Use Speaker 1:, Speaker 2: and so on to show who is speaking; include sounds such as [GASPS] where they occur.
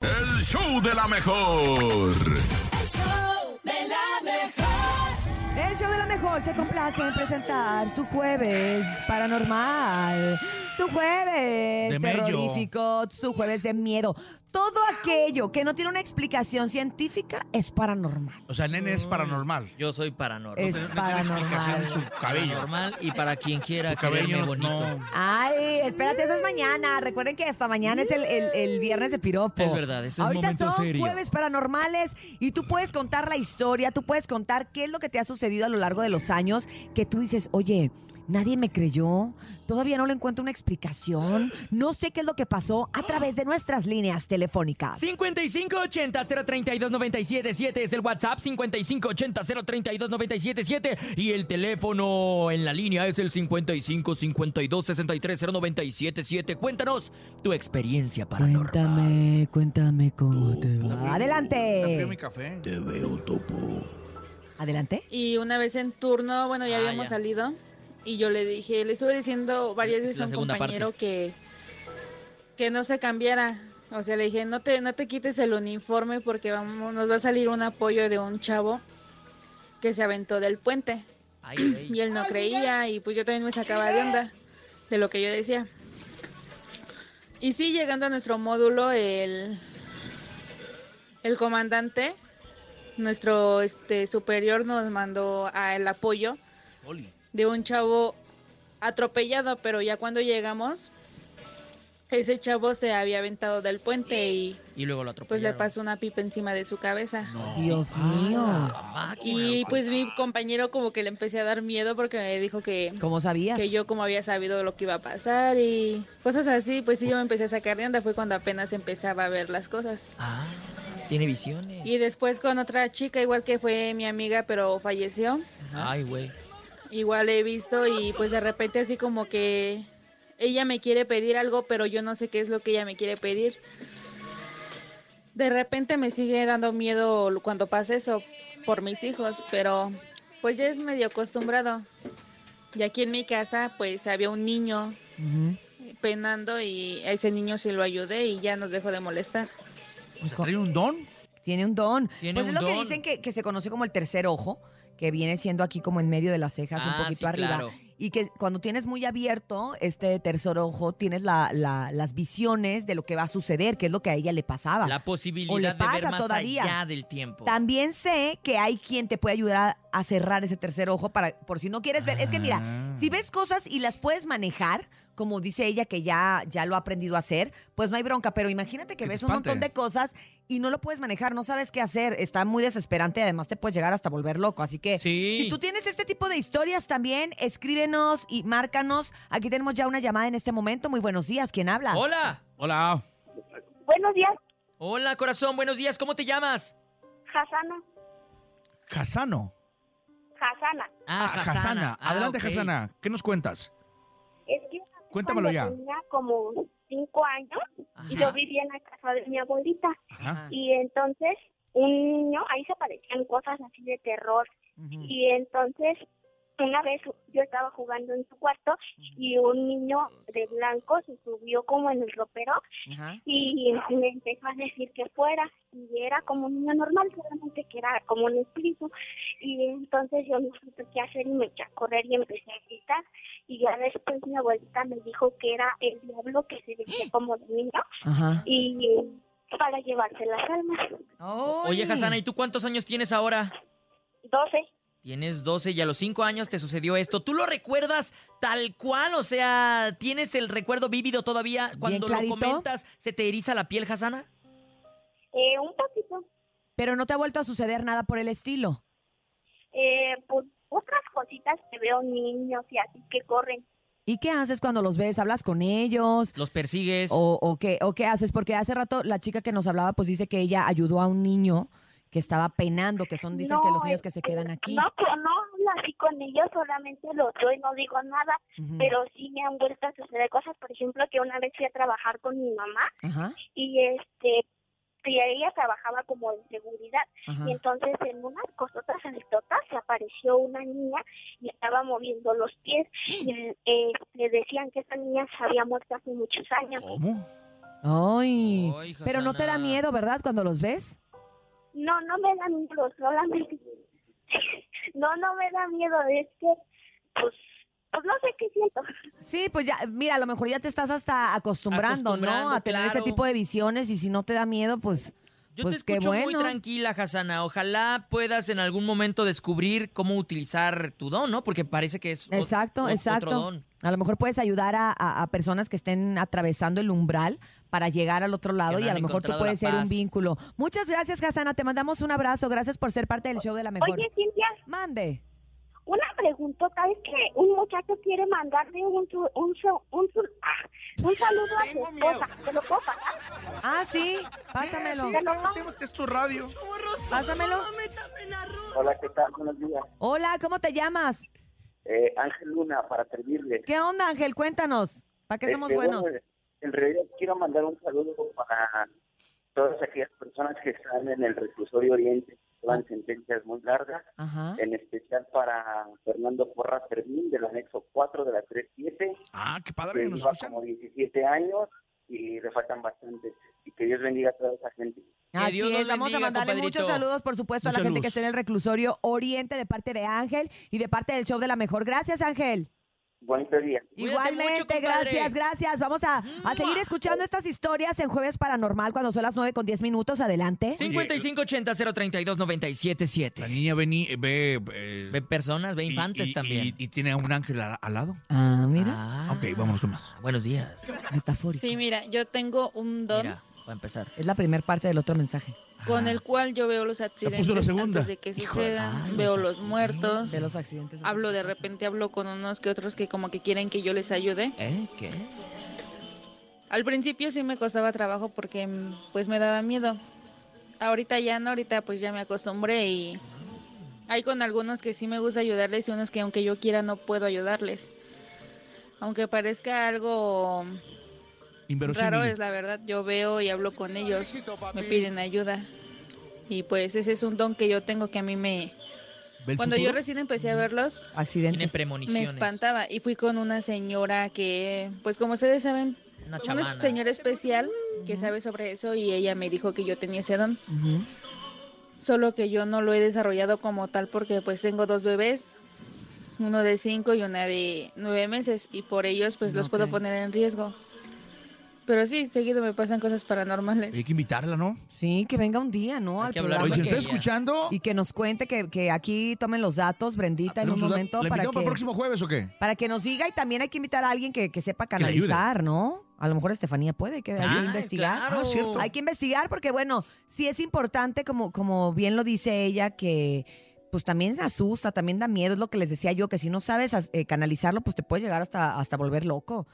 Speaker 1: el show de la mejor.
Speaker 2: El show de la mejor.
Speaker 3: El show de la mejor se complace en presentar su jueves paranormal, su jueves
Speaker 4: De mello.
Speaker 3: terrorífico, su jueves de miedo. Todo aquello que no tiene una explicación científica es paranormal.
Speaker 4: O sea, nene es paranormal.
Speaker 5: Yo soy paranormal.
Speaker 3: Es
Speaker 4: No tiene explicación
Speaker 3: paranormal.
Speaker 4: en su cabello.
Speaker 5: Paranormal y para quien quiera
Speaker 4: Su cabello
Speaker 5: quererme
Speaker 4: no-
Speaker 5: bonito.
Speaker 4: no.
Speaker 3: Ay, espérate, eso es mañana. Recuerden que hasta mañana es el, el- el viernes de piropo.
Speaker 5: Es verdad, ese es
Speaker 3: Ahorita
Speaker 5: momento
Speaker 3: son
Speaker 5: serio.
Speaker 3: jueves paranormales y tú puedes contar la historia, tú puedes contar qué es lo que te ha sucedido a lo largo de los años que tú dices, oye, nadie me creyó, todavía no le encuentro una explicación, no sé qué es lo que pasó a través de nuestras líneas telefónicas.
Speaker 6: 5580-032-977 es el WhatsApp, 5580-032-977 y el teléfono en la línea es el 5552-630977. Cuéntanos tu experiencia paranormal.
Speaker 3: Cuéntame, cuéntame cómo te va.
Speaker 4: Está frío mi
Speaker 3: Adelante.
Speaker 4: café.
Speaker 3: Adelante.
Speaker 7: Y una vez en turno, bueno, ya
Speaker 5: Ah,
Speaker 7: habíamos
Speaker 5: ya.
Speaker 7: salido y yo le dije, le estuve diciendo varias veces
Speaker 5: La
Speaker 7: a un
Speaker 5: segunda
Speaker 7: compañero
Speaker 5: parte.
Speaker 7: que que no se cambiara. O sea, le dije, no te, no te quites el uniforme porque vamos, nos va a salir un apoyo de un chavo que se aventó del puente.
Speaker 5: Ay,
Speaker 7: Y
Speaker 5: ay.
Speaker 7: él no creía y pues yo también me sacaba de onda de lo que yo decía. Y sí, llegando a nuestro módulo, el, el comandante, nuestro este, superior, nos mandó a el apoyo
Speaker 5: Oli.
Speaker 7: de un chavo atropellado, pero ya cuando llegamos, ese chavo se había aventado del puente y
Speaker 5: Y luego lo
Speaker 7: pues
Speaker 5: atropellaron.
Speaker 7: le pasó una pipa encima de su cabeza.
Speaker 3: Dios mío.
Speaker 5: Mamá, Ah, qué
Speaker 7: Y pues mi compañero como que le empecé a dar miedo porque me dijo que
Speaker 3: ¿Cómo sabías?
Speaker 7: que yo como había sabido lo que iba a pasar y cosas así, pues sí, yo me empecé a sacar de onda, fue cuando apenas empezaba a ver las cosas.
Speaker 5: Ah, tiene visiones.
Speaker 7: Y después con otra chica, igual que fue mi amiga, pero falleció,
Speaker 5: Ay, güey.
Speaker 7: igual he visto y pues de repente así como que ella me quiere pedir algo, pero yo no sé qué es lo que ella me quiere pedir. De repente me sigue dando miedo cuando pasa eso por mis hijos, pero pues ya es medio acostumbrado. Y aquí en mi casa pues había un niño
Speaker 3: Ujú.
Speaker 7: penando y a ese niño sí lo ayudé y ya nos dejó de molestar.
Speaker 4: O sea, ¿Trae un don?
Speaker 3: Tiene un don.
Speaker 5: Tiene
Speaker 3: pues
Speaker 5: un
Speaker 3: es lo que
Speaker 5: don.
Speaker 3: dicen que, que se conoce como el tercer ojo, que viene siendo aquí como en medio de las cejas,
Speaker 5: Ah,
Speaker 3: un poquito
Speaker 5: sí,
Speaker 3: arriba.
Speaker 5: claro.
Speaker 3: Y que cuando tienes muy abierto este tercer ojo, tienes la- la- las visiones de lo que va a suceder, que es lo que a ella le pasaba. Ah.
Speaker 5: La
Speaker 3: O le
Speaker 5: posibilidad de ver
Speaker 3: pasa
Speaker 5: más
Speaker 3: todavía.
Speaker 5: allá del tiempo.
Speaker 3: También sé que hay quien te puede ayudar a, a cerrar ese tercer ojo para, por si no quieres ver. Es que mira,
Speaker 4: Ah.
Speaker 3: si ves cosas y las puedes manejar, como dice ella que ya, ya lo ha aprendido a hacer, pues no hay bronca. Pero imagínate que
Speaker 4: Que te
Speaker 3: ves un montón
Speaker 4: espante.
Speaker 3: de cosas y no lo puedes manejar, no sabes qué hacer. Está muy desesperante y además te puedes llegar hasta volver loco. Así que
Speaker 5: Sí.
Speaker 3: si tú tienes este tipo de historias también, escríbenos y márcanos. Aquí tenemos ya una llamada en este momento. Muy buenos días. ¿Quién habla?
Speaker 5: Hola.
Speaker 4: Hola.
Speaker 8: Buenos días,
Speaker 5: Hola, corazón. Buenos días. ¿Cómo te llamas?
Speaker 8: Hasana.
Speaker 4: Hasano.
Speaker 8: Hasana.
Speaker 4: Ah, Hasana.
Speaker 5: Ah,
Speaker 4: Adelante,
Speaker 5: ok.
Speaker 4: Hasana. ¿Qué nos cuentas?
Speaker 8: Es que
Speaker 4: Cuéntamelo
Speaker 8: cuando
Speaker 4: ya.
Speaker 8: tenía como cinco años,
Speaker 5: Ajá.
Speaker 8: yo vivía en la casa de mi abuelita.
Speaker 4: Ajá.
Speaker 8: Y entonces, un niño, ahí se aparecían cosas así de terror.
Speaker 3: Ujú.
Speaker 8: Y entonces, una vez yo estaba jugando en su cuarto y un niño de blanco se subió como en el ropero
Speaker 3: Ajá.
Speaker 8: y me empezó a decir que fuera y era como un niño normal solamente que era como un espíritu y entonces yo no supe qué hacer y me eché a correr y empecé a gritar y ya después mi abuelita me dijo que era el diablo que
Speaker 3: [GASPS]
Speaker 8: se vestía como de niño
Speaker 3: Ajá.
Speaker 8: y para llevarse las almas
Speaker 5: Oye, Hasana, ¿y tú cuántos años tienes ahora?
Speaker 8: 12
Speaker 5: Tienes 12 y a los 5 años te sucedió esto. ¿Tú lo recuerdas tal cual? O sea, ¿tienes el recuerdo vívido todavía? Cuando lo
Speaker 3: clarito.
Speaker 5: comentas, ¿se te eriza la piel, Hasana?
Speaker 8: eh, un poquito
Speaker 3: Pero no te ha vuelto a suceder nada por el estilo.
Speaker 8: eh, pues otras cositas que veo niños y así que corren
Speaker 3: ¿Y qué haces cuando los ves? ¿Hablas con ellos?
Speaker 5: ¿Los persigues?
Speaker 3: ¿O, o qué, ¿O qué haces? Porque hace rato la chica que nos hablaba pues dice que ella ayudó a un niño que estaba penando, que son, dicen que
Speaker 8: No,
Speaker 3: los niños
Speaker 8: es-
Speaker 3: que se quedan aquí.
Speaker 8: no pero no hablo así con ellos solamente los veo y no digo nada
Speaker 3: Ujú.
Speaker 8: pero sí me han vuelto a suceder cosas. Por ejemplo, que una vez fui a trabajar con mi mamá
Speaker 3: Ajá,
Speaker 8: y este y ella trabajaba como de seguridad
Speaker 3: ajá.
Speaker 8: y entonces en unas cosotas anécdotas se apareció una niña y estaba moviendo los este, pies y eh, le decían que esta niña se había muerto hace muchos años
Speaker 4: ¿Cómo?
Speaker 3: Ay.
Speaker 5: Ay,
Speaker 3: Pero no te da
Speaker 5: Hasana.
Speaker 3: miedo, ¿verdad? Cuando los ves.
Speaker 8: No, no me da miedo, solamente. [LAUGHS] No, no me da miedo, es que, pues, pues no sé qué siento.
Speaker 3: Sí, pues ya, mira, a lo mejor ya te estás hasta acostumbrando, ¿no?
Speaker 5: Acostumbrando,
Speaker 3: A tener
Speaker 5: claro.
Speaker 3: ese tipo de visiones y si no te da miedo, pues,
Speaker 5: Yo
Speaker 3: pues
Speaker 5: te
Speaker 3: qué
Speaker 5: escucho
Speaker 3: bueno.
Speaker 5: muy tranquila, Hasana. Ojalá puedas en algún momento descubrir cómo utilizar tu don, ¿no? Porque parece que es ot-
Speaker 3: Exacto,
Speaker 5: ot- otro
Speaker 3: exacto.
Speaker 5: don.
Speaker 3: A lo mejor puedes ayudar a, a- a personas que estén atravesando el umbral para llegar al otro lado
Speaker 5: Que no
Speaker 3: y a
Speaker 5: han
Speaker 3: lo mejor tú
Speaker 5: encontrado
Speaker 3: puedes
Speaker 5: la
Speaker 3: ser un
Speaker 5: paz.
Speaker 3: vínculo. Muchas gracias, Hasana. Te mandamos un abrazo. Gracias por ser parte del show de la mejor.
Speaker 8: Oye, Cintia,
Speaker 3: Mande.
Speaker 8: una pregunta, ¿sabes que un muchacho quiere mandarle un, su- un, su- un, su- ah, un saludo a su esposa? ¿Te lo puedo pasar?
Speaker 3: Ah, sí. Pásamelo.
Speaker 4: Sí, no, sí, es tu radio.
Speaker 3: Pásamelo.
Speaker 9: Hola, ¿qué tal? Buenos días.
Speaker 3: Hola, ¿cómo te llamas?
Speaker 9: Eh, Ángel Luna, para servirle.
Speaker 3: ¿Qué onda, Ángel? Cuéntanos. ¿Para qué somos
Speaker 9: Este,
Speaker 3: buenos?
Speaker 9: bueno, en realidad quiero mandar un saludo para todas aquellas personas que están en el reclusorio oriente, que llevan sentencias muy largas,
Speaker 3: Ajá.
Speaker 9: en especial para Fernando Porras Fermín del anexo 4 de la 37,
Speaker 4: Ah, qué
Speaker 9: que
Speaker 4: padre, nos
Speaker 9: lleva
Speaker 4: escuchan.
Speaker 9: como 17 años y le faltan bastantes. Y que Dios bendiga a toda esa gente.
Speaker 5: Que
Speaker 3: Así
Speaker 5: Dios
Speaker 3: es,
Speaker 5: los
Speaker 3: vamos a
Speaker 5: bendiga,
Speaker 3: mandarle
Speaker 5: compadrito.
Speaker 3: muchos saludos, por supuesto, a
Speaker 4: Mucha
Speaker 3: la gente
Speaker 4: luz.
Speaker 3: que está en el reclusorio Oriente de parte de Ángel y de parte del show de la mejor. Gracias, Ángel.
Speaker 9: Bonito día.
Speaker 5: Cuídate mucho,
Speaker 3: Igualmente,
Speaker 5: compadre. Oh.
Speaker 3: gracias, gracias. Vamos a, a seguir escuchando estas historias en Jueves Paranormal cuando son las 9 con 10 minutos. Adelante.
Speaker 5: 5580-032-977.
Speaker 4: La niña Beni eh, ve... eh,
Speaker 5: Ve personas, ve
Speaker 4: y-
Speaker 5: infantes
Speaker 4: y-
Speaker 5: también.
Speaker 4: Y, y tiene a un ángel al, al lado.
Speaker 3: Ah, mira,
Speaker 5: Ah,
Speaker 4: Ok, vámonos con más.
Speaker 5: Buenos días.
Speaker 3: metafórico.
Speaker 7: Sí, mira, yo tengo un don
Speaker 5: Mira, para empezar.
Speaker 3: Es la primera parte del otro mensaje.
Speaker 7: con el cual yo veo los
Speaker 4: puso la
Speaker 7: accidentes
Speaker 4: segunda.
Speaker 7: antes de que sucedan, Ah, veo los muertos,
Speaker 3: De los accidentes.
Speaker 7: hablo de repente, hablo con unos que otros que como que quieren que yo les ayude.
Speaker 5: ¿Eh? ¿Qué?
Speaker 7: Al principio sí me costaba trabajo porque mm, pues me daba miedo. Ahorita ya no, ahorita pues ya me acostumbré y hay con algunos que sí me gusta ayudarles y unos que aunque yo quiera no puedo ayudarles. Aunque parezca algo
Speaker 4: Inverosímil.
Speaker 7: raro es la verdad, yo veo y hablo con ellos, me piden ayuda. Y pues ese es un don que yo tengo que a mí me...
Speaker 4: Ve el
Speaker 7: Cuando
Speaker 4: futuro.
Speaker 7: yo recién empecé a verlos,
Speaker 5: Tiene
Speaker 3: Accidentes.
Speaker 7: me
Speaker 5: premoniciones.
Speaker 7: espantaba y fui con una señora que, pues como ustedes saben,
Speaker 5: Una
Speaker 7: una
Speaker 5: chamana.
Speaker 7: señora especial que sabe sobre eso y ella me dijo que yo tenía ese don,
Speaker 3: Ujú.
Speaker 7: solo que yo no lo he desarrollado como tal porque pues tengo dos bebés, uno de cinco y una de nueve meses y por ellos pues los puedo
Speaker 3: Ok.
Speaker 7: poner en riesgo. Pero sí, seguido me pasan cosas paranormales.
Speaker 4: Hay que invitarla, ¿no?
Speaker 3: Sí, que venga un día, ¿no?
Speaker 5: Hay
Speaker 3: Al
Speaker 5: que hablar
Speaker 3: programa
Speaker 4: Oye,
Speaker 5: con
Speaker 4: si
Speaker 3: que-
Speaker 4: está
Speaker 5: ella.
Speaker 4: escuchando... Ah,
Speaker 3: y que nos cuente que, que aquí tomen los datos, Brendita, en
Speaker 4: ¿tenemos
Speaker 3: un
Speaker 4: su da-
Speaker 3: momento
Speaker 4: ¿La
Speaker 3: para
Speaker 4: invitamos
Speaker 3: que...
Speaker 4: para el próximo jueves o qué?
Speaker 3: Para que nos diga y también hay que invitar a alguien que, que sepa
Speaker 4: le ayude.
Speaker 3: canalizar, ¿no? A lo mejor Estefanía puede, que hay
Speaker 5: Ah,
Speaker 3: que investigar.
Speaker 5: claro.
Speaker 4: Ah, cierto.
Speaker 3: Hay que investigar porque, bueno, sí es importante, como, como bien lo dice ella, que pues también se asusta, también da miedo, es lo que les decía yo, que si no sabes as- eh, canalizarlo, pues te puedes llegar hasta, hasta volver loco.